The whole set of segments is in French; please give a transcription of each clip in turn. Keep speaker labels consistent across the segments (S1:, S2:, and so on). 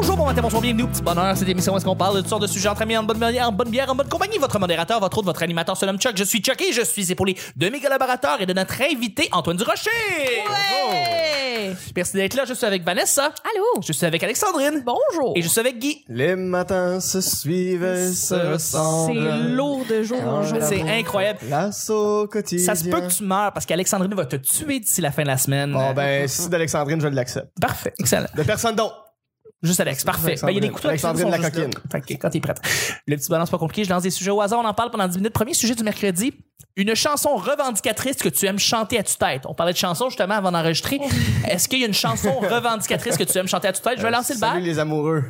S1: bonsoir, bienvenue au petit bonheur. Cette émission où est-ce qu'on parle de toutes sortes de sujets entre amis, en bonne manière, en bonne bière, en bonne compagnie. Votre modérateur, votre autre, votre animateur se nomme Chuck. Je suis Chuck et je suis épaulé de mes collaborateurs et de notre invité, Antoine Durocher.
S2: Hey!
S1: Merci d'être là. Je suis avec Vanessa.
S2: Allô?
S1: Je suis avec Alexandrine.
S2: Bonjour.
S1: Et je suis avec Guy.
S3: Les matins se suivent et Ah, se ressemblent.
S2: C'est lourd de jour en jour.
S1: C'est incroyable.
S3: L'assaut quotidien.
S1: Ça se peut que tu meurs parce qu'Alexandrine va te tuer d'ici la fin de la semaine.
S3: Bon, ben, si c'est d'Alexandrine, je l'accepte.
S1: Parfait. Excellent.
S3: De personne d'autre.
S1: Juste Alex, parfait. Ben, il y a des couteaux
S3: Alexandrine
S1: qui sont
S3: la
S1: juste là.
S3: coquine.
S1: Fait que quand t'es prête. Le petit balance pas compliqué, je lance des sujets au hasard, on en parle pendant 10 minutes. Premier sujet du mercredi, une chanson revendicatrice que tu aimes chanter à tue-tête. On parlait de chansons justement avant d'enregistrer.
S3: Oh.
S1: Est-ce qu'il y a une chanson revendicatrice que tu aimes chanter à tue-tête? Je vais lancer le
S3: Euh, Salut
S1: bal.
S3: les amoureux.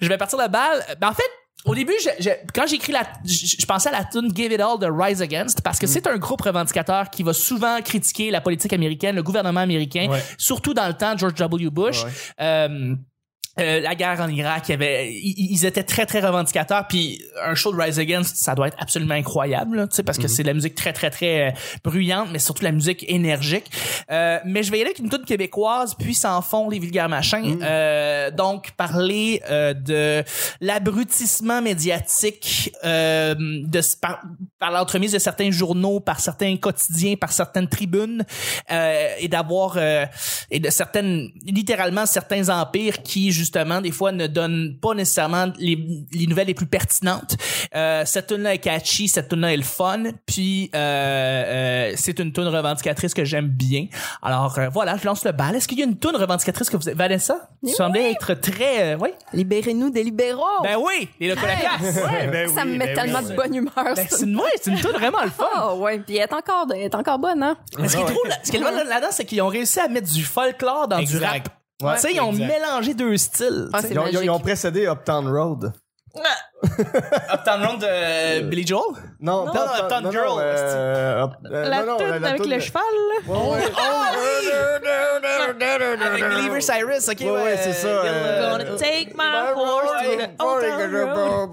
S1: Je vais partir le bal. Ben, en fait, au début, je- je- quand j'écris la, je, je pensais à la tune Give It All de Rise Against parce
S3: Mm.
S1: que c'est un groupe revendicateur qui va souvent critiquer la politique américaine, le gouvernement américain,
S3: Ouais.
S1: surtout dans le temps de George W. Bush.
S3: Ouais.
S1: Euh, euh, la guerre en Irak, il y avait, ils, ils étaient très très revendicateurs. Puis un show de Rise Against, ça doit être absolument incroyable, là, tu sais, parce que c'est de la musique très très très euh, bruyante, mais surtout la musique énergique. Euh, mais je vais y aller avec une toute québécoise, puis sans fond les vulgaires machins. Euh, donc parler euh, de l'abrutissement médiatique euh, de ce- par, par l'entremise de certains journaux, par certains quotidiens, par certaines tribunes, euh, et d'avoir euh, et de certaines littéralement certains empires qui justement des fois ne donnent pas nécessairement les, les nouvelles les plus pertinentes. Euh, cette tune là est catchy, cette tune là est le fun, puis euh, euh, c'est une tune revendicatrice que j'aime bien. Alors euh, voilà, je lance le bal. Est-ce qu'il y a une tune revendicatrice que vous Vanessa, tu semblais être très euh, oui.
S2: Libérez-nous des libéraux.
S1: Ben oui, les locaux
S2: Oh. Hey!
S1: la place.
S4: ben
S2: ça me met tellement de bonne humeur.
S1: Ben,
S2: ça.
S1: c'est une, ouais, c'est une tune vraiment le fun.
S2: Ah ouais, puis elle est encore, elle est encore bonne, hein?
S1: Mais ce qui est drôle, là- ce qui est drôle là-dedans, c'est qu'ils ont réussi à mettre du folklore dans du rap.
S5: Exact.
S3: Ouais,
S1: tu sais, ils ont
S5: exact.
S1: mélangé deux styles.
S2: Ah,
S1: tu sais.
S2: c'est
S3: Ils ont, ils ont- ils ont
S2: magique.
S3: précédé Uptown Road.
S1: Uptown Round de euh, Billy Joel?
S3: Non,
S1: non, Uptown
S3: non,
S1: Girl,
S3: euh, up- euh,
S4: La
S3: non, non,
S4: toune avec
S3: toune
S4: le
S3: de-
S4: cheval, là.
S1: Oh,
S3: Ouais, ouais.
S1: Avec Believer Cyrus, ok?
S3: Ouais, ouais, c'est ça,
S1: Bill,
S3: euh,
S1: euh,
S4: Gonna take my
S3: Ben,
S4: horse to the old town road.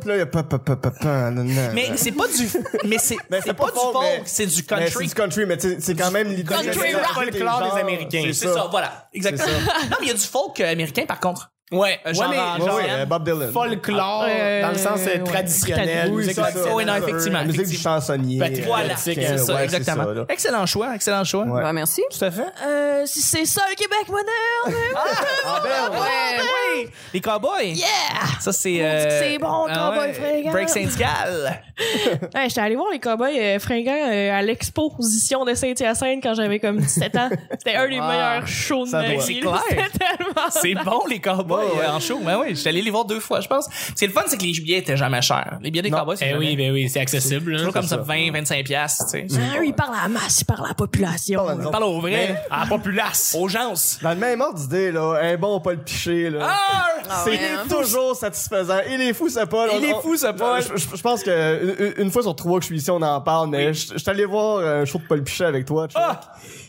S3: Puis là, il y a pa- pa- pa- pa- pa- nanana.
S1: Mais c'est pas du. Mais c'est
S3: Mais
S1: c'est pas, du
S3: folk,
S1: folk,
S3: mais-
S1: c'est du
S3: Mais C'est
S1: country.
S3: du country, mais tu sais, c'est quand même l'idée.
S1: Country
S3: C'est
S1: rock.
S3: le
S5: Folklore des Américains.
S3: C'est
S1: C'est ça. voilà. Exactement. non, mais il y a du folk euh, américain par contre.
S5: Ouais,
S1: Euh, genre-
S5: genre, en-
S3: Ouais,
S5: genre
S3: ouais, Bob Dylan.
S5: folklore,
S4: Euh,
S5: dans le sens euh,
S4: ouais.
S5: traditionnel.
S4: Oui,
S5: musique
S3: c'est
S5: traditionnelle.
S3: ça.
S1: Oui, non, effectivement.
S3: La musique du
S1: effectivement.
S3: chansonnier.
S5: Patrick-
S3: euh,
S1: Voilà,
S5: Ouais,
S1: c'est
S3: ouais,
S1: ça,
S3: c'est
S1: exactement.
S3: ça, là.
S1: excellent choix, excellent choix.
S3: Ouais.
S2: Ben, merci.
S1: Tout à fait.
S4: Euh, si c'est ça le Québec moderne.
S3: Ah, ben, ouais.
S2: Ouais.
S1: Oui, les cowboys.
S4: Yeah!
S1: Ça c'est. euh, ah
S4: que c'est bon, cowboy fringant.
S1: Break syndical.
S4: Ouais, J'étais allé voir les cowboys euh, fringants euh, à l'exposition de Saint-Hyacinthe quand j'avais comme 17 ans. C'était un des
S1: Wow.
S4: meilleurs shows de
S3: Ça
S4: ma
S3: doit-
S4: vie.
S1: Ben, C'est
S4: là.
S1: clair.
S4: C'était tellement...
S1: C'est bon, les cowboys
S3: Ouais, ouais.
S1: euh, en show. Ben oui, je suis allé les voir deux fois, je pense. Ce qui est le fun, c'est que les billets étaient jamais chers. Les billets des
S3: Non.
S1: cowboys, c'est
S5: Eh oui,
S1: jamais-
S5: ben oui, c'est accessible. hein.
S1: toujours comme ça, Mm.
S3: ça.
S1: 20, 25 piastres, tu sais.
S4: Ah, lui, il parle à la masse, il parle à la population.
S3: Parle à nous
S1: On
S3: autres.
S1: parle au vrai,
S3: Mais-
S1: à la populace, Ben, aux gens.
S3: Dans le même ordre d'idée, là, un bon Paul Piché, là. Ah, C'est
S2: ouais, hein.
S3: toujours satisfaisant. Il est fou, ce Paul.
S1: Il
S3: On-
S1: est
S3: on-
S1: fou, ce Paul.
S3: Je, je- je pense que une- une fois sur trois que je suis ici, on en parle, mais je, je suis allé voir un show de Paul Pichet avec toi, Chuck.
S1: Ah!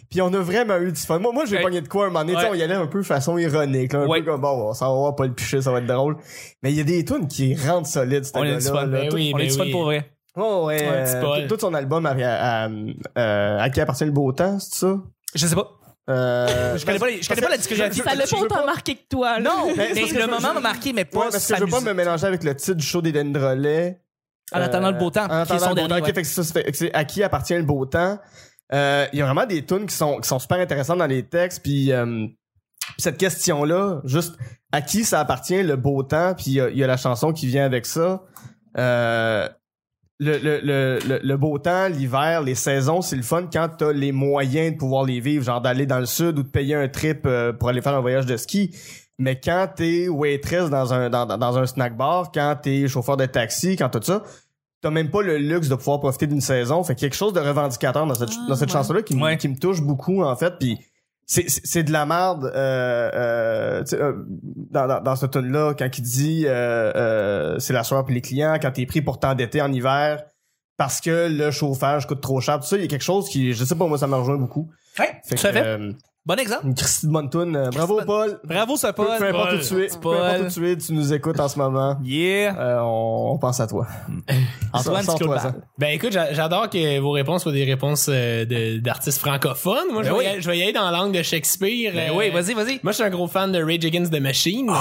S3: Puis on a vraiment eu du fun. Moi, moi j'ai
S1: Hey.
S3: pogné de quoi un moment donné. Tu sais,
S1: Ouais.
S3: On y allait un peu façon ironique, là, un
S1: Ouais.
S3: peu comme bon, on s'en va voir Paul Pichet, ça va être drôle. Mais il y a des tunes qui rendent solide, ce
S1: On est
S3: gars-là.
S1: du fun.
S3: là.
S5: Ben
S3: Tout-
S5: oui,
S1: on est
S5: ben
S1: du fun
S5: oui.
S1: pour vrai.
S3: Oh, ouais,
S5: Ouais, petit
S3: euh,
S5: Paul.
S3: tout- tout son album à, à- à- euh, à qui appartient le beau temps, c'est ça?
S1: Je sais pas.
S3: Euh,
S1: Je connais pas, les- je connais pas la discographie.
S4: Ça l'a pas autant marqué que toi. là.
S1: Non, mais
S3: c'est parce que
S1: le
S3: je-
S1: moment
S3: je-
S1: m'a marqué, mais
S3: Ouais,
S1: pas
S3: parce que
S1: sa
S3: je veux pas
S1: musique.
S3: me mélanger avec le titre du show des Dendrolets.
S1: En attendant le beau temps,
S3: En
S1: qui est
S3: attendant
S1: son
S3: le beau
S1: dernier,
S3: temps. Ok,
S1: ouais.
S3: fait que c'est ça, c'est- c'est à qui appartient le beau temps. Euh, Il y a vraiment des tunes qui sont, qui sont super intéressantes dans les textes. Puis euh, puis cette question-là, juste à qui ça appartient le beau temps, puis il y a- il y, a la chanson qui vient avec ça. Euh, le, le, le, le, le beau temps, l'hiver, les saisons, c'est le fun quand t'as les moyens de pouvoir les vivre, genre d'aller dans le sud ou de payer un trip euh, pour aller faire un voyage de ski. Mais quand t'es waitress dans un, dans, dans- dans un snack bar, quand t'es chauffeur de taxi, quand t'as tout ça, t'as même pas le luxe de pouvoir profiter d'une saison. Fait qu'il y a quelque chose de revendicateur dans cette, dans cette chanson-là qui, me-
S1: Ah, Ouais.
S3: qui me touche beaucoup, en fait. Puis c'est- c'est c'est de la merde euh, euh, tu sais, euh, dans, dans, dans ce tune là quand il dit euh, euh, c'est la soirée pour les clients quand t'es pris pour t'endetter en hiver parce que le chauffage coûte trop cher tout ça il y a quelque chose qui je sais pas moi ça me rejoint beaucoup
S1: Ouais,
S3: Fait
S1: tout à
S3: que,
S1: fait.
S3: euh,
S1: Bon exemple.
S3: Une Christy de bonne toune. Euh, Bravo,
S1: bonne-
S3: Paul.
S1: Bravo, ce
S3: Peu
S1: Paul.
S3: importe
S5: Paul.
S3: où tu es, peu
S1: Paul.
S3: importe où tu es, tu nous écoutes en ce moment.
S1: Yeah.
S3: Euh, on, on pense à toi.
S1: Antoine
S3: Sans- sans
S1: Scoobal.
S3: toi, ça.
S5: Ben écoute, j'a- j'adore que vos réponses soient des réponses euh, de- d'artistes francophones. Moi, je,
S1: Ben
S5: vais
S1: oui.
S5: y aller, je vais y aller dans la langue de Shakespeare.
S1: Ben
S5: Euh,
S1: oui, vas-y, vas-y. Ah
S5: Moi, je suis un gros fan de Rage Against the Machine, euh,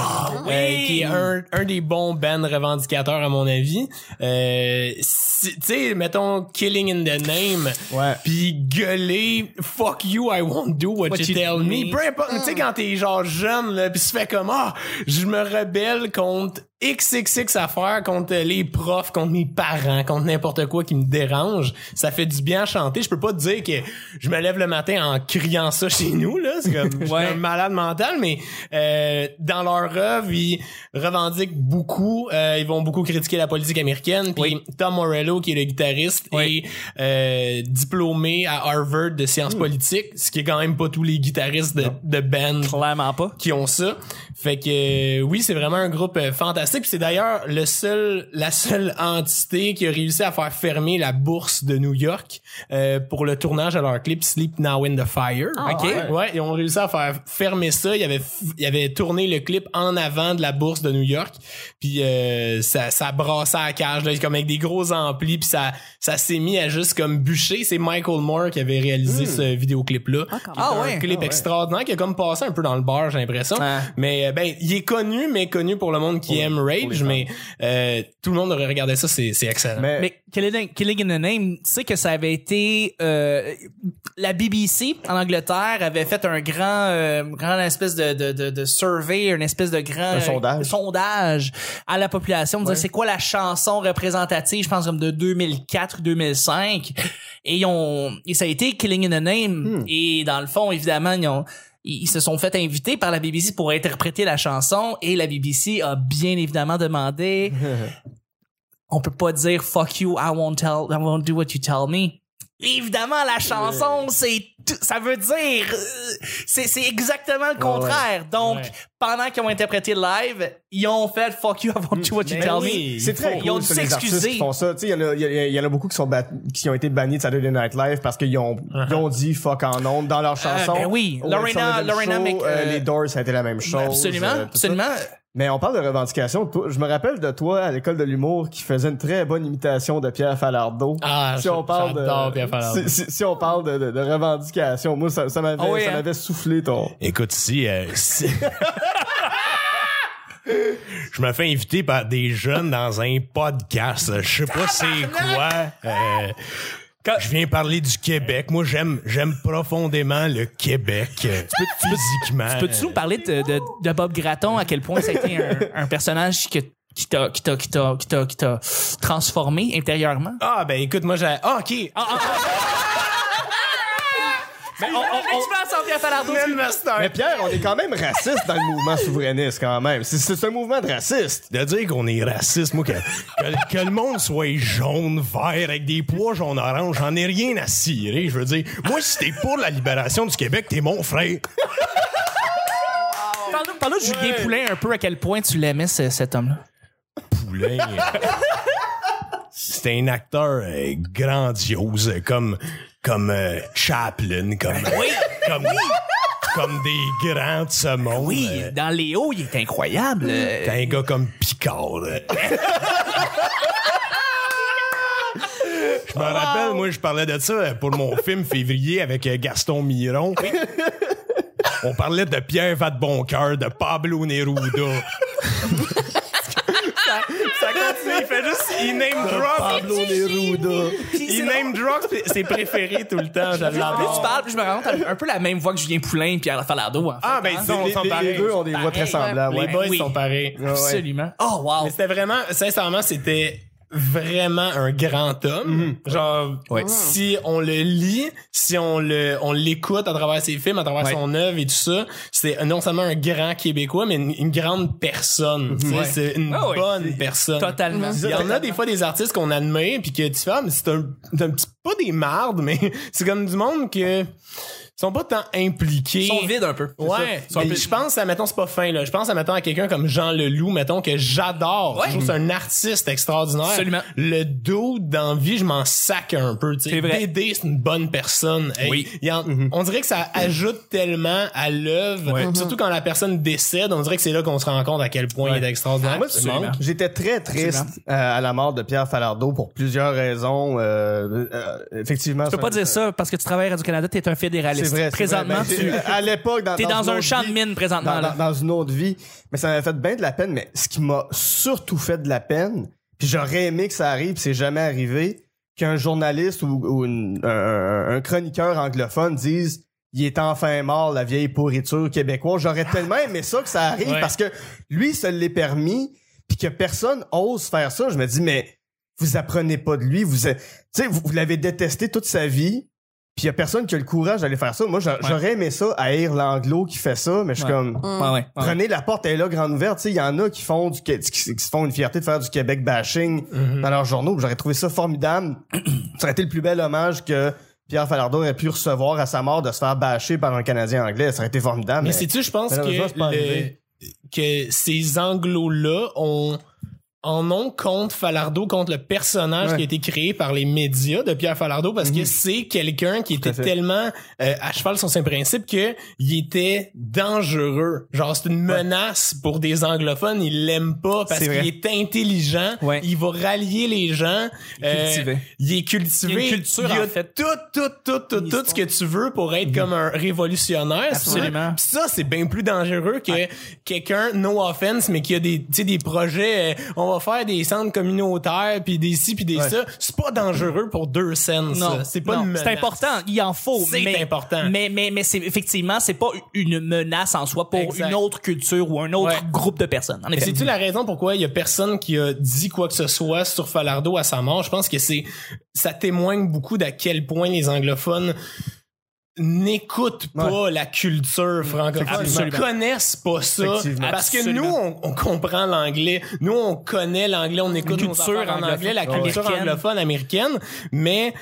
S1: oui!
S5: qui est un, un des bons bands revendicateurs à mon avis. Euh, si- tu sais, mettons Killing in the Name,
S3: Ouais.
S5: puis gueuler Fuck you, I won't do what,
S1: What
S5: you,
S1: you Ah.
S5: tell me.
S1: me.
S5: Peu importe, tu sais quand t'es genre jeune là, puis tu fais comme ah, je me rebelle contre XXX affaires, contre les profs, contre mes parents, contre n'importe quoi qui me dérange. Ça fait du bien à chanter. Je peux pas te dire que je me lève le matin en criant ça chez nous là. C'est comme je suis
S1: Ouais.
S5: un malade mental, mais euh, dans leur œuvre, ils revendiquent beaucoup. euh, ils vont beaucoup critiquer la politique américaine. Puis
S1: Oui.
S5: Tom Morello, qui est le guitariste,
S1: Oui. Hmm.
S5: est euh, diplômé à Harvard de sciences politiques, ce qui est quand même pas tous les guitaristes de, de band
S1: Clairement pas.
S5: qui ont ça. Fait que euh, oui, c'est vraiment un groupe euh, fantastique. Puis C'est d'ailleurs le seul, la seule entité qui a réussi à faire fermer la bourse de New York euh, pour le tournage à leur clip Sleep Now in the Fire.
S2: Ah,
S1: Ok. ouais.
S5: Ouais, ils ont réussi à faire fermer ça. Ils avaient, f- ils avaient tourné le clip en avant de la bourse de New York. Puis euh, ça, ça brassait à la cage, là, comme avec des gros amplis. Puis ça, ça s'est mis à juste comme bûcher. C'est Michael Moore qui avait réalisé ce vidéoclip-là.
S2: Ah, quand
S5: Qui est
S1: même. Hmm. Ah
S5: un
S1: ouais.
S5: clip
S3: Ah ouais.
S5: extraordinaire qui a comme passé un peu dans le bar, j'ai l'impression.
S1: Ah.
S5: Mais euh, ben, il est connu, mais connu pour le monde qui aime
S3: pour les
S5: Rage.
S3: fans.
S5: Mais euh, tout le monde aurait regardé ça, c'est c'est excellent.
S3: Mais,
S1: Mais Killing, Killing in the Name, tu sais que ça avait été euh, la BBC en Angleterre avait fait un grand, euh, grand espèce de, de, de, de survey, une espèce de grand
S3: Un sondage.
S1: euh, sondage à la population, de dire c'est quoi la chanson représentative, je pense comme de 2004 2005, et ils ont, et ça a été Killing in the
S3: Hmm.
S1: Name, et dans le fond évidemment ils ont ils ils se sont fait inviter par la BBC pour interpréter la chanson et la BBC a bien évidemment demandé on peut pas dire fuck you, I won't tell, I won't do what you tell me. Évidemment, la chanson, c'est tout- ça veut dire, euh, c'est, c'est exactement le contraire. Donc,
S5: Ouais.
S1: pendant qu'ils ont interprété le live, ils ont fait fuck you, I won't do what you
S5: Ben
S1: tell
S5: oui.
S1: me.
S3: c'est très
S1: Ils
S3: cool,
S1: ont dû
S3: ça, les artistes
S1: s'excuser.
S3: qui font ça. Tu sais, il y, en a- il y a- il y en a beaucoup qui, sont bat- qui ont été bannis de Saturday Night Live parce qu'ils ont, ils ont dit fuck en ondes dans leurs chansons.
S1: Uh-huh. ben oui.
S3: Au
S1: Lorena-
S3: Ed Sullivan
S1: Lorena
S3: Show,
S1: Mc-
S3: euh,
S1: euh,
S3: les Doors, ça a été la même chose.
S1: absolument,
S3: euh, tout ça.
S1: absolument.
S3: Mais on parle de revendication. Toi, je me rappelle de toi à l'école de l'humour qui faisait une très bonne imitation de Pierre Falardeau.
S5: Ah,
S3: si
S5: je-
S3: on parle
S5: j'adore
S3: de,
S5: Pierre Falardeau.
S3: Si, si- si on parle de, de, de revendication, moi ça, ça m'avait
S1: Ah oui,
S3: ça
S1: hein?
S3: m'avait soufflé ton.
S5: Écoute, si, euh, si- je me fais inviter par des jeunes dans un podcast, je sais pas c'est quoi. euh, Je viens parler du Québec. Moi, j'aime j'aime profondément le Québec. euh, physiquement.
S1: Peux-tu nous parler de, de, de Bob Gratton, à quel point ça a été un, un personnage que- qui t'a, qui t'a, qui t'a, qui t'a, qui t'a transformé intérieurement?
S5: Ah ben écoute, moi j'ai. Ah ok. Ah,
S1: Mais on,
S3: Mais Pierre, on est quand même raciste dans le mouvement souverainiste quand même. C'est- C'est un mouvement de racistes.
S6: de dire qu'on est raciste, moi, que, que- que le monde soit jaune, vert, avec des pois jaune, orange, j'en ai rien à cirer. Je veux dire, moi, si t'es pour la libération du Québec, t'es mon frère.
S1: Parle-nous parle-nous de Julien Poulain un peu, à quel point tu l'aimais, ce- cet homme-là.
S6: Poulain. C'est un acteur euh, grandiose, comme, comme euh, Chaplin, comme, comme, comme des grands de ce monde.
S1: Ben Oui,
S6: euh,
S1: dans Léo, il est incroyable.
S3: Mm.
S1: Euh,
S6: T'as un gars comme Picard. là. Je me rappelle, moi, je parlais de ça pour mon film Février avec euh, Gaston Miron. On parlait de Pierre Vadeboncoeur, de Pablo Neruda.
S5: ça continue. Il fait juste. Il name drop.
S3: Pablo Neruda.
S5: Il name drop c'est- c'est préféré tout le temps. Je
S1: Plus tu
S5: l'adore.
S1: parles, plus je me rends compte, t'as un peu la même voix que Julien Poulain et Pierre Falardeau. en fait.
S5: Ah ben ils sont,
S3: Les,
S5: ils sont
S3: les- les
S5: pareils.
S3: deux ont des voix très
S1: Pareil.
S3: semblables.
S5: Les
S3: ouais.
S5: boys
S1: Oui.
S5: sont pareils.
S3: Ouais, ouais.
S1: Absolument. Oh, wow.
S5: Mais c'était vraiment, sincèrement, c'était vraiment un grand homme. Genre, si on le lit, si on le, on l'écoute à travers ses films, à travers
S1: Ouais.
S5: son œuvre et tout ça, c'est non seulement un grand Québécois, mais une, une grande personne. Tu sais,
S1: Ouais.
S5: C'est une
S1: Ah ouais.
S5: bonne personne.
S1: Totalement.
S5: Il y en a des fois des artistes qu'on admire puis que tu fais, ah, mais c'est un, c'est un petit, pas des mardes, mais c'est comme du monde que sont pas tant impliqués.
S1: Ils sont vides un peu.
S5: Ouais,
S1: Ils sont un
S5: mais
S1: peu-
S5: je pense à mettons c'est pas fin là. Je pense à mettons à quelqu'un comme Jean Leloup, mettons que j'adore.
S1: Ouais.
S5: Je trouve que c'est un artiste extraordinaire.
S1: Absolument.
S5: Le dos d'envie, je m'en sac un peu. tu sais.
S1: C'est vrai.
S5: Dédé, c'est une bonne personne. Hey,
S1: Oui.
S5: il en-
S1: Mm-hmm.
S5: On dirait que ça ajoute tellement à l'œuvre.
S1: Ouais.
S5: Surtout quand la personne décède, on dirait que c'est là qu'on se rend compte à quel point
S1: Ouais.
S5: il est extraordinaire.
S3: Moi,
S1: Absolument.
S5: Manque.
S3: J'étais très triste euh, à la mort de Pierre Falardeau pour plusieurs raisons. euh, euh, effectivement.
S1: Tu peux pas dire ça parce que tu travailles à Radio-Canada, t'es un
S3: C'est
S1: fédéraliste.
S3: vrai. c'est
S1: Présentement,
S3: vrai. Ben,
S1: tu
S3: j'ai- À l'époque, dans,
S1: t'es dans,
S3: une
S1: un
S3: autre
S1: champ
S3: vie-
S1: de mine présentement.
S3: dans,
S1: là.
S3: dans- dans une autre vie. Mais ça m'a fait bien de la peine. Mais ce qui m'a surtout fait de la peine, puis j'aurais aimé que ça arrive, puis c'est jamais arrivé, qu'un journaliste ou, ou une- un- un, un chroniqueur anglophone dise il est enfin mort, la vieille pourriture québécoise. J'aurais tellement aimé ça que ça arrive
S5: Ouais.
S3: parce que lui, ça l'est permis, puis que personne ose faire ça. Je me dis, mais vous apprenez pas de lui, vous, êtes- tu sais, vous, vous l'avez détesté toute sa vie, puis il y a personne qui a le courage d'aller faire ça. Moi, j'a- j'aurais aimé ça, haïr l'anglo qui fait ça, mais je suis
S1: Ouais.
S3: comme,
S2: Hmm.
S4: Ah.
S1: Ouais, ouais, ouais.
S3: prenez la porte, elle est là, grande ouverte. Tu sais, il y en a qui font du, qui, qui se font une fierté de faire du Québec bashing
S1: Mm-hmm. Mm.
S3: dans leurs journaux. puis J'aurais trouvé ça formidable. ça aurait été le plus bel hommage que Pierre Falardeau aurait pu recevoir à sa mort de se faire bâcher par un Canadien anglais. Ça aurait été formidable.
S5: Mais
S3: mais-
S5: sais-tu, je pense que,
S3: malheureusement, c'est pas
S5: le-
S3: arrivé.
S5: que ces anglos-là ont, en ont contre Falardeau, contre le personnage
S3: Ouais.
S5: qui a été créé par les médias de Pierre Falardeau, parce que c'est quelqu'un qui
S3: à
S5: était
S3: fait.
S5: tellement euh, à cheval sur ses principes que il était dangereux. Genre, c'est une menace pour des anglophones. Ils l'aiment pas parce
S1: C'est vrai.
S5: qu'il est intelligent.
S1: Ouais.
S5: Il va rallier les gens. Euh,
S1: cultivé.
S5: il est cultivé.
S1: Il y a une culture,
S5: Il y a
S1: en fait.
S5: tout, tout, tout, tout, tout ce que tu veux pour être comme un révolutionnaire.
S1: Absolument.
S5: Pis ça, c'est bien plus dangereux que quelqu'un, no offense, mais qui a des, tu sais, des projets, euh, on va faire des centres communautaires, puis des ci, puis des
S3: Ouais.
S5: ça. C'est pas dangereux pour deux cents.
S1: Non,
S5: ça. C'est pas
S1: non.
S5: une
S1: C'est
S5: menace.
S1: important, il en faut.
S5: C'est
S1: mais-
S5: important.
S1: Mais, mais, mais c'est, effectivement, c'est pas une menace en soi pour
S5: Exact.
S1: une autre culture ou un autre
S5: Ouais.
S1: groupe de personnes. En
S5: Mais
S1: effet.
S5: c'est-tu la raison pourquoi il y a personne qui a dit quoi que ce soit sur Falardeau à sa mort? Je pense que c'est, ça témoigne beaucoup d'à quel point les anglophones n'écoutent pas la culture francophone. Ils
S1: Absolument.
S5: connaissent pas ça.
S3: Effectivement.
S5: Parce que nous,
S1: Absolument.
S5: on, on comprend l'anglais. Nous, on connaît l'anglais. On écoute
S1: Une
S5: nos
S1: culture
S5: affaires en
S1: anglophone. Ah
S5: anglais, la culture
S1: Américaine.
S5: anglophone américaine. Mais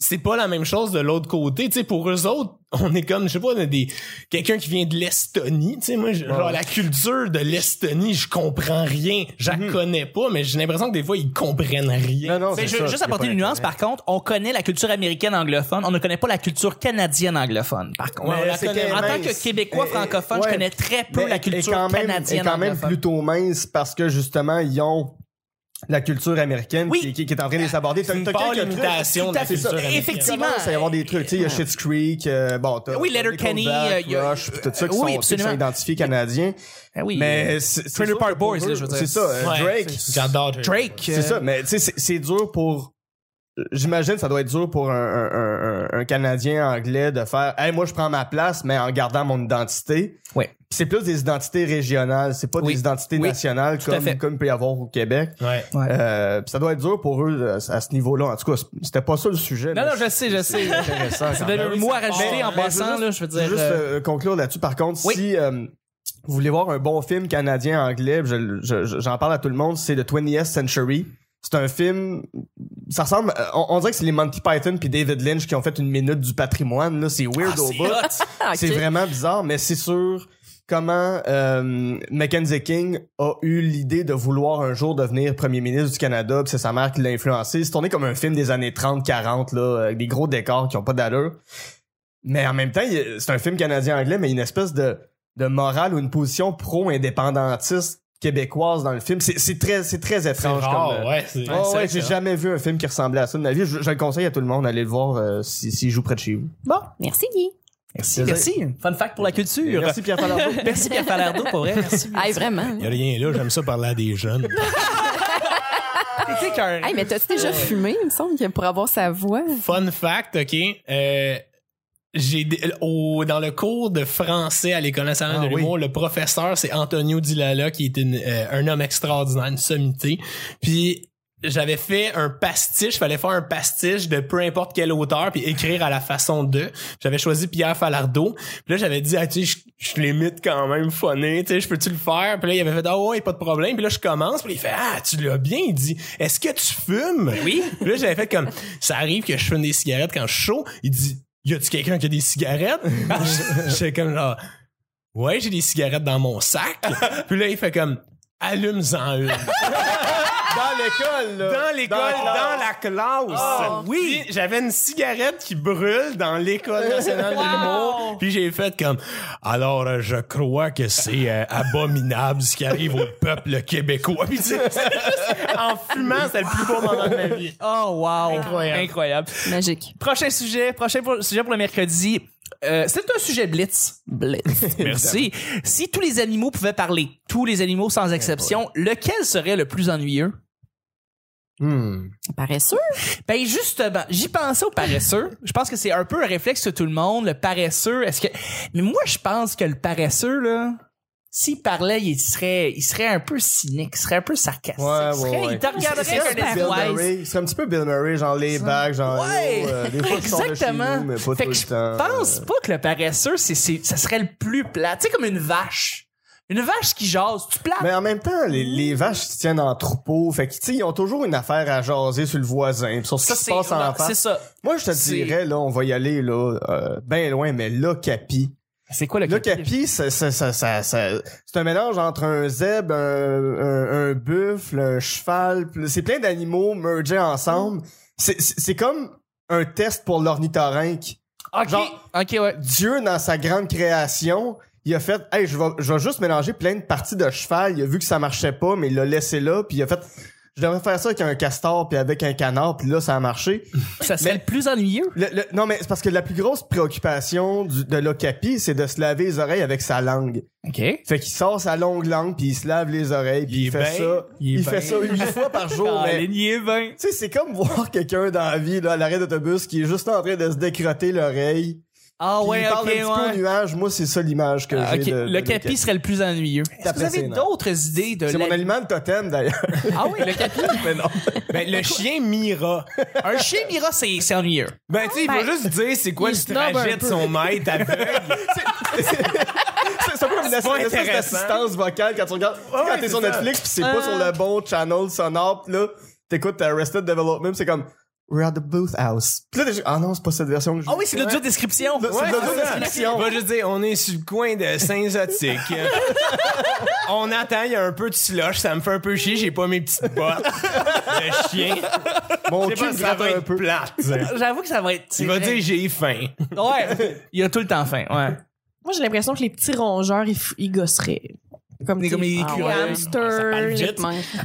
S5: c'est pas la même chose de l'autre côté. Tu sais, pour eux autres, on est comme, je sais pas, on a des, quelqu'un qui vient de l'Estonie. Tu sais, moi, je- genre, la culture de l'Estonie, je comprends rien. Je la connais pas, mais j'ai l'impression que des fois, ils comprennent rien.
S3: Mhm. Non, non,
S1: Mais
S3: c'est
S1: je-
S3: ça,
S1: juste
S3: c'est
S1: apporter
S3: pas
S1: une nuance,
S3: internet.
S1: par contre, on connaît la culture américaine anglophone, on ne connaît pas la culture canadienne anglophone, par contre.
S5: Ouais, on la
S3: c'est
S5: connaît
S3: qu'elle
S1: en
S3: est
S1: tant
S3: mince.
S1: que Québécois
S3: Elle-
S1: francophone, je
S3: eh, ouais.
S1: connais très peu
S3: Mais
S1: la
S3: elle est
S1: culture
S3: quand même,
S1: canadienne
S3: est quand même
S1: anglophone.
S3: plutôt mince parce que justement, ils ont la culture américaine
S1: Oui.
S3: qui, qui- qui est en train de les aborder. T'as-
S5: une
S3: t'as
S5: pâle
S3: quelques trucs.
S5: imitation de la
S3: C'est ça.
S5: culture américaine.
S1: Effectivement.
S3: Il commence à y avoir des trucs. Tu sais, il y a Schitt's Creek, euh, bon, t'as-
S1: Oui,
S3: t'as
S1: Letterkenny,
S3: Nickelback,
S1: euh, il y a-
S3: Rush, pis tout ça qui
S1: euh, oui,
S3: sont, qui
S1: absolument.
S3: sont identifiés canadiens.
S1: Ah oui.
S3: Mais c'est- c'est
S1: Trailer
S3: sûr
S1: Park
S3: que pour
S1: Boys,
S3: eux,
S1: là, je veux dire.
S3: C'est ça, euh,
S5: Ouais,
S3: Drake.
S5: c'est- J'adore Drake.
S1: Drake.
S3: C'est ça, mais tu sais, c'est- c'est dur pour. J'imagine que ça doit être dur pour un, un- un- un Canadien anglais de faire Hey, moi je prends ma place, mais en gardant mon identité.
S1: Ouais.
S3: Puis C'est plus des identités régionales, c'est pas
S1: Oui.
S3: des identités
S1: Oui.
S3: nationales
S1: à
S3: comme,
S1: fait.
S3: comme il peut y avoir au Québec.
S5: Ouais.
S3: Euh, puis ça doit être dur pour eux euh, à ce niveau-là. En tout cas, c'était pas ça le sujet.
S1: Non,
S3: mais
S1: non, je sais, je sais.
S3: c'est intéressant. quand
S1: C'est
S3: même.
S1: le mot à rajouter
S5: part.
S1: en
S5: Mais
S1: passant,
S3: juste-
S1: là, je veux
S3: Ben, Je veux
S1: dire.
S3: juste
S1: euh,
S3: euh, conclure là-dessus. Par contre,
S1: Oui.
S3: si euh, vous voulez voir un bon film canadien-anglais, je- je- je- j'en parle à tout le monde, c'est The 20th Century. C'est un film, ça ressemble, euh, on, on dirait que c'est les Monty Python puis David Lynch qui ont fait une minute du patrimoine, là, c'est
S1: euh, ah,
S3: weird au bout.
S2: Ah, ok.
S3: C'est vraiment bizarre, mais c'est sûr comment euh, Mackenzie King a eu l'idée de vouloir un jour devenir premier ministre du Canada, puis c'est sa mère qui l'a influencé. C'est tourné comme un film des années 30-40, là, avec des gros décors qui ont pas d'allure. Mais en même temps, il y a- c'est un film canadien-anglais, mais il y a une espèce de, de morale ou une position pro-indépendantiste québécoise dans le film. C'est c'est très, c'est très
S5: C'est
S3: étrange.
S5: rare,
S3: comme, euh,
S5: ouais. c'est-
S3: oh,
S5: c'est
S3: ouais, j'ai
S5: excellent.
S3: jamais vu un film qui ressemblait à ça de ma vie. Je, je le conseille à tout le monde, allez le voir euh, si- s'il joue près de chez vous.
S1: Bon,
S2: Merci, Guy.
S1: merci, merci. Fun fact pour la culture.
S3: Merci Pierre Falardeau.
S1: Merci Pierre Falardeau, pour vrai. Merci.
S2: Hey, vraiment.
S6: Il a rien là, j'aime ça parler à des jeunes.
S1: T'es écœuré.
S2: Hey, mais t'as-tu déjà fumé, il me semble, que pour avoir sa voix?
S5: Fun fact, OK. euh, j'ai dé- au- dans le cours de français à l'école nationale
S3: Ah
S5: de
S3: oui.
S5: l'humour, le professeur c'est Antonio Di Lalla qui est une, euh, un homme extraordinaire, une sommité. Puis j'avais fait un pastiche, fallait faire un pastiche de peu importe quel auteur puis écrire à la façon de. J'avais choisi Pierre Falardeau. Puis là j'avais dit ah tu sais je je l'imite quand même funny, tu sais je peux-tu le faire Puis là il avait fait ah ouais, pas de problème. Puis là je commence, puis il fait ah tu l'as bien, il dit est-ce que tu fumes
S1: Oui.
S3: Ben
S5: puis là, j'avais fait comme, ça arrive que je fume des cigarettes quand je suis chaud. Il dit, y a-tu quelqu'un qui a des cigarettes? J'étais comme genre, ouais, j'ai des cigarettes dans mon sac. Puis là, il fait comme, allume-en une.
S3: Dans l'école, là.
S5: Dans l'école,
S3: Dans la
S5: dans la classe.
S4: Oh.
S5: oui. Puis J'avais une cigarette qui brûle dans l'école nationale de
S4: Wow.
S5: l'humour. Puis j'ai fait comme, alors euh, je crois que c'est euh, abominable ce qui arrive au peuple québécois. Puis tu sais, c'est juste- en fumant, c'était le plus beau moment de ma vie.
S1: Oh, wow.
S5: Incroyable.
S1: Incroyable.
S2: Magique.
S1: Prochain sujet, prochain pour- sujet pour le mercredi. Euh, c'est un sujet blitz.
S2: Blitz.
S1: Merci. Si tous les animaux pouvaient parler, tous les animaux sans exception,
S3: Eh
S1: lequel serait le plus ennuyeux?
S2: Paresseux.
S1: Ben justement, j'y pensais au paresseux. Je pense que c'est un peu un réflexe de tout le monde, le paresseux. Est-ce que Mais moi je pense que le paresseux là, s'il parlait, il serait il serait un peu cynique, il serait un peu sarcastique.
S3: Ouais,
S1: il, serait-
S3: ouais, ouais.
S1: il te regarderait
S2: C'est
S1: comme
S2: super
S1: des
S3: Bill
S1: wise.
S3: Murray. C'est un petit peu Bill Murray, genre les bagues, genre
S1: Ouais.
S3: yo, euh, des fois qui sont de chez
S1: Exactement.
S3: nous, mais pas
S1: fait
S3: tout
S1: que
S3: le
S1: je
S3: temps. euh.
S1: pense pas que le paresseux, c'est, c'est, ça serait le plus plat. Tu sais, comme une vache. Une vache qui jase, tu plates.
S3: Mais en même temps, les, les vaches se tiennent en troupeau. Fait que, tu sais, ils ont toujours une affaire à jaser sur le voisin, pis sur ce qui se passe en
S1: non,
S3: face.
S1: c'est ça.
S3: Moi, je te
S1: C'est-
S3: dirais, là, on va y aller, là, euh, ben loin, mais le capi.
S1: C'est quoi le
S3: Le capi, c'est c'est- c'est- c'est- c'est- c'est un mélange entre un zèbre, un, un- un buffle, un cheval. pis C'est plein d'animaux mergés ensemble. C'est- C'est c'est comme un test pour l'ornithorynque.
S1: Ok,
S3: Genre-
S1: ok, ouais.
S3: Dieu, dans sa grande création, il a fait Hey, je vais, je vais juste mélanger plein de parties de cheval. Il a vu que ça marchait pas, mais il l'a laissé là, puis il a fait Je devrais faire ça avec un castor, puis avec un canard, puis là, ça a marché.
S1: Ça serait
S3: Mais-
S1: le plus ennuyeux.
S3: Le- le- non, mais c'est parce que la plus grosse préoccupation du- de l'ocapi, c'est de se laver les oreilles avec sa langue.
S1: Ok.
S3: Fait qu'il sort sa longue langue, puis il se lave les oreilles, puis
S6: Il
S3: il,
S6: est
S3: fait
S6: bien.
S3: ça.
S1: Il est
S3: Il,
S1: bien.
S3: fait ça huit fois par jour. mais- tu sais, c'est comme voir quelqu'un dans la vie, là, à l'arrêt d'autobus, qui est juste en train de se décrotter l'oreille.
S1: Ah
S3: Puis
S1: ouais,
S3: il
S1: ok,
S3: parle un petit peu
S1: ouais.
S3: au nuage. Moi, c'est ça l'image que
S1: Ah,
S3: j'ai.
S1: ok,
S3: de- de
S1: le capi serait le plus ennuyeux. Est-ce que vous
S3: Après,
S1: avez
S3: c'est non.
S1: d'autres idées de
S3: C'est mon
S1: la-
S3: aliment de totem, d'ailleurs.
S1: Ah oui, le capi.
S5: Ben, le chien Mira.
S1: Un chien mira, c'est, c'est ennuyeux.
S5: Ben, tu sais, il va juste dire c'est quoi
S1: Il
S5: le
S1: snob un
S5: trajet de
S1: peu.
S5: son maître aveugle.
S3: C'est c'est comme une
S5: pas
S3: espèce espèce
S5: intéressant.
S3: d'assistance vocale quand tu regardes. tu sais,
S5: Ouais,
S3: quand
S5: c'est
S3: t'es sur
S5: ça.
S3: Netflix pis c'est pas sur
S1: Euh.
S3: le bon channel sonore, pis là, t'écoutes Arrested Development, c'est comme We're at the Booth House. Pis là, t'es juste, ah non, c'est pas cette version que je
S1: Ah oui, c'est l'audio description.
S3: C'est
S5: Ouais,
S3: de l'audio
S5: c'est ça.
S3: description.
S5: Il va juste dire, on est sur le coin de Saint-Zotique. on attend, il y a un peu de slush, ça me fait un peu chier, j'ai pas mes petites bottes. Le chien,
S3: Mon
S5: je sais
S3: cul
S5: pas,
S3: me
S5: ça
S3: gratte
S5: va
S3: un
S5: être
S3: peu.
S5: plate. tu sais.
S1: J'avoue que ça va être. c'est
S5: Il va
S1: vrai.
S5: dire, j'ai faim.
S1: Ouais. Il a tout le temps faim. Ouais.
S4: Moi, j'ai l'impression que les petits rongeurs, ils, f- ils gosseraient. Comme,
S1: Des-
S4: tu sais,
S1: comme les
S4: les
S1: écureuils.
S4: hamsters.
S5: parle
S4: les-
S5: vite.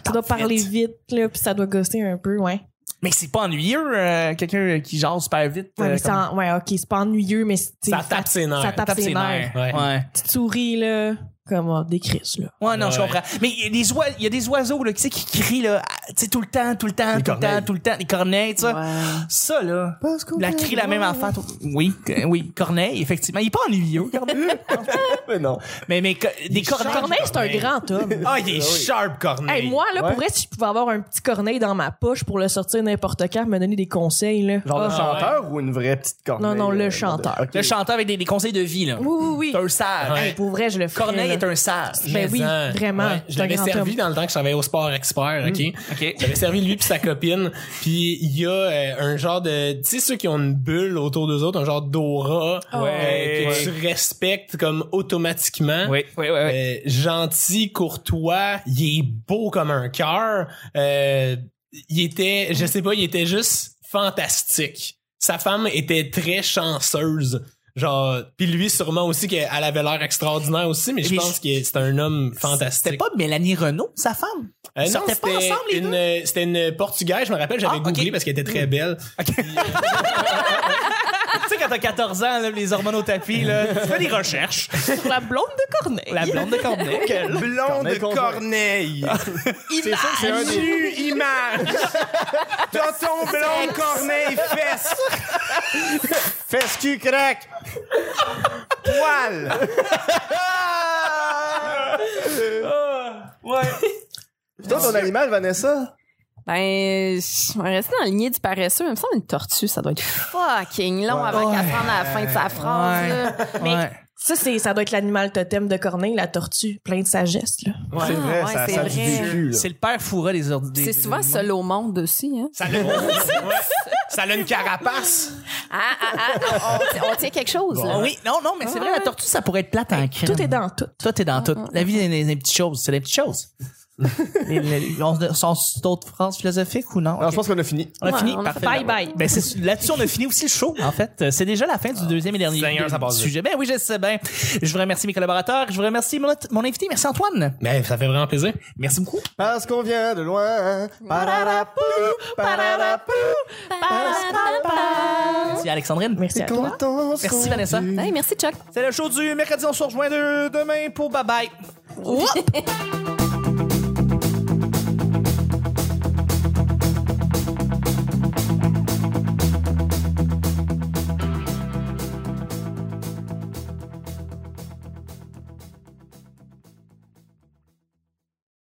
S4: Ça doit parler vite, là, puis ça doit gosser un peu, ouais.
S1: Mais c'est pas ennuyeux, euh, quelqu'un qui jase super vite.
S4: Ouais,
S1: euh,
S4: mais
S1: comme-
S4: ça- ouais, ok, c'est pas ennuyeux, mais c'est-
S5: Ça tape ses nerfs.
S4: Ça tape,
S1: tape ses nerfs.
S5: Ouais.
S1: Ouais.
S4: Petite souris, là. Comme, oh, des crises, là.
S1: Ouais, non, je
S5: Ouais.
S1: comprends. Mais il y a des oiseaux, il y a des oiseaux là, qui, tu sais, qui crient là, à- tu sais, tout le temps, tout le temps, tout le temps,
S5: corneilles.
S1: tout le temps, les corneilles, ça. Ça là, la crie la même affaire. tout- Oui, que- oui, corneille, effectivement, il est pas ennuyeux, corneille.
S3: Mais non.
S1: mais mais co- des corneilles.
S4: Corneille, c'est un grand homme.
S5: Ah, il est sharp, Corneille.
S4: Hey, moi, là,
S3: Ouais.
S4: pour vrai, si je pouvais avoir un petit corneille dans ma poche pour le sortir n'importe quand, me donner des conseils, là.
S3: Genre
S4: Ah,
S3: le chanteur ou une vraie petite corneille?
S4: Non, non, le
S3: euh,
S4: chanteur.
S3: ok.
S1: Le chanteur avec des, des conseils de vie là.
S4: Oui, oui,
S1: C'est
S4: oui.
S1: un sage.
S4: Hey, pour vrai, je le ferais.
S1: Corneille
S4: là.
S1: est un sage.
S4: Ben oui,
S5: Mais-en.
S4: vraiment,
S5: Ouais, Je
S4: c'est un
S5: l'avais
S4: grand
S5: servi
S4: homme. Hmm,
S5: dans le temps que je travaillais au sport expert, OK?
S1: OK.
S5: J'avais servi lui puis sa copine. Puis il y a euh, un genre de... Tu sais, ceux qui ont une bulle autour d'eux autres, un genre d'aura
S1: Ouais.
S5: euh, que tu respectes comme automatiquement.
S1: Oui, oui, oui. oui.
S5: Euh, gentil, courtois, il est beau comme un cœur. Euh, il était, je sais pas, il était juste fantastique. Sa femme était très chanceuse. Genre, puis lui sûrement aussi qu'elle avait l'air extraordinaire aussi, mais je
S1: Mais
S5: pense que c'est un homme
S1: C'était
S5: fantastique.
S1: pas Mélanie Renaud, sa femme. ils
S5: Euh, non,
S1: sortaient pas
S5: c'était
S1: ensemble, les
S5: une,
S1: deux?
S5: euh, c'était une portugaise, je me rappelle, j'avais
S1: Ah, ok.
S5: googlé parce qu'elle était très belle.
S1: tu sais, quand t'as 14 ans, là, les hormones au tapis, là, tu fais des recherches.
S4: Pour la blonde de Corneille.
S1: La blonde de Corneille.
S5: Blonde
S3: Corneille qu'on
S5: Corneille.
S3: C'est sûr que c'est un des.
S5: Nu image. Tonton blonde Corneille fesse.
S3: Fesse cul crack!
S5: poil.
S3: Ah! Toi, ton animal, Vanessa?
S2: Ben, je vais rester dans le lien du paresseux. Il me semble une tortue, ça doit être fucking long avant qu'elle se rende à la fin de sa phrase.
S1: Ouais.
S2: là.
S1: Ouais.
S4: Ça, c'est, ça doit être l'animal totem de Corneille, la tortue, plein de sagesse, là.
S1: Mmh.
S2: Ah, ouais,
S3: ça
S2: c'est
S3: sent
S2: vrai.
S3: du cul, là.
S1: C'est le père Foura des ordres.
S2: C'est souvent seul au monde aussi. Hein?
S5: Ça l'a, Ouais. Ça l'a une carapace.
S2: Ah, ah, ah, on, on tient quelque chose, là.
S1: Ah oui, non, non, mais c'est vrai, la tortue, ça pourrait être plate en crème.
S4: Tout est dans Mm, tout.
S1: Tout est dans tout. La vie, c'est des, des petites choses. C'est des petites choses. Les- les- on se- sont d'autres phrases philosophiques ou non?
S3: Alors,
S1: Ok.
S3: je pense qu'on a fini.
S1: on a
S2: Ouais,
S1: fini.
S2: on a
S1: Parfait.
S2: fait
S4: Bye bye.
S1: Ben, c'est- là-dessus, on a fini aussi le show, en fait. Euh, C'est déjà la fin du deuxième et dernier
S5: Seigneur, ça passe vite.
S1: sujet. Ben oui, je sais bien. Je vous remercie mes collaborateurs. Je vous remercie mon, mon invité. Merci Antoine.
S5: Mais ça fait vraiment plaisir.
S1: Merci beaucoup.
S3: Parce qu'on vient de loin. Pararapou, pararapou.
S1: Merci Alexandrine.
S4: Merci à toi.
S3: Contents
S1: Merci,
S3: sont
S1: Vanessa.
S3: venus.
S2: Hey, merci, Chuck.
S1: C'est le show du mercredi. On se rejoint de- demain pour Bye Bye.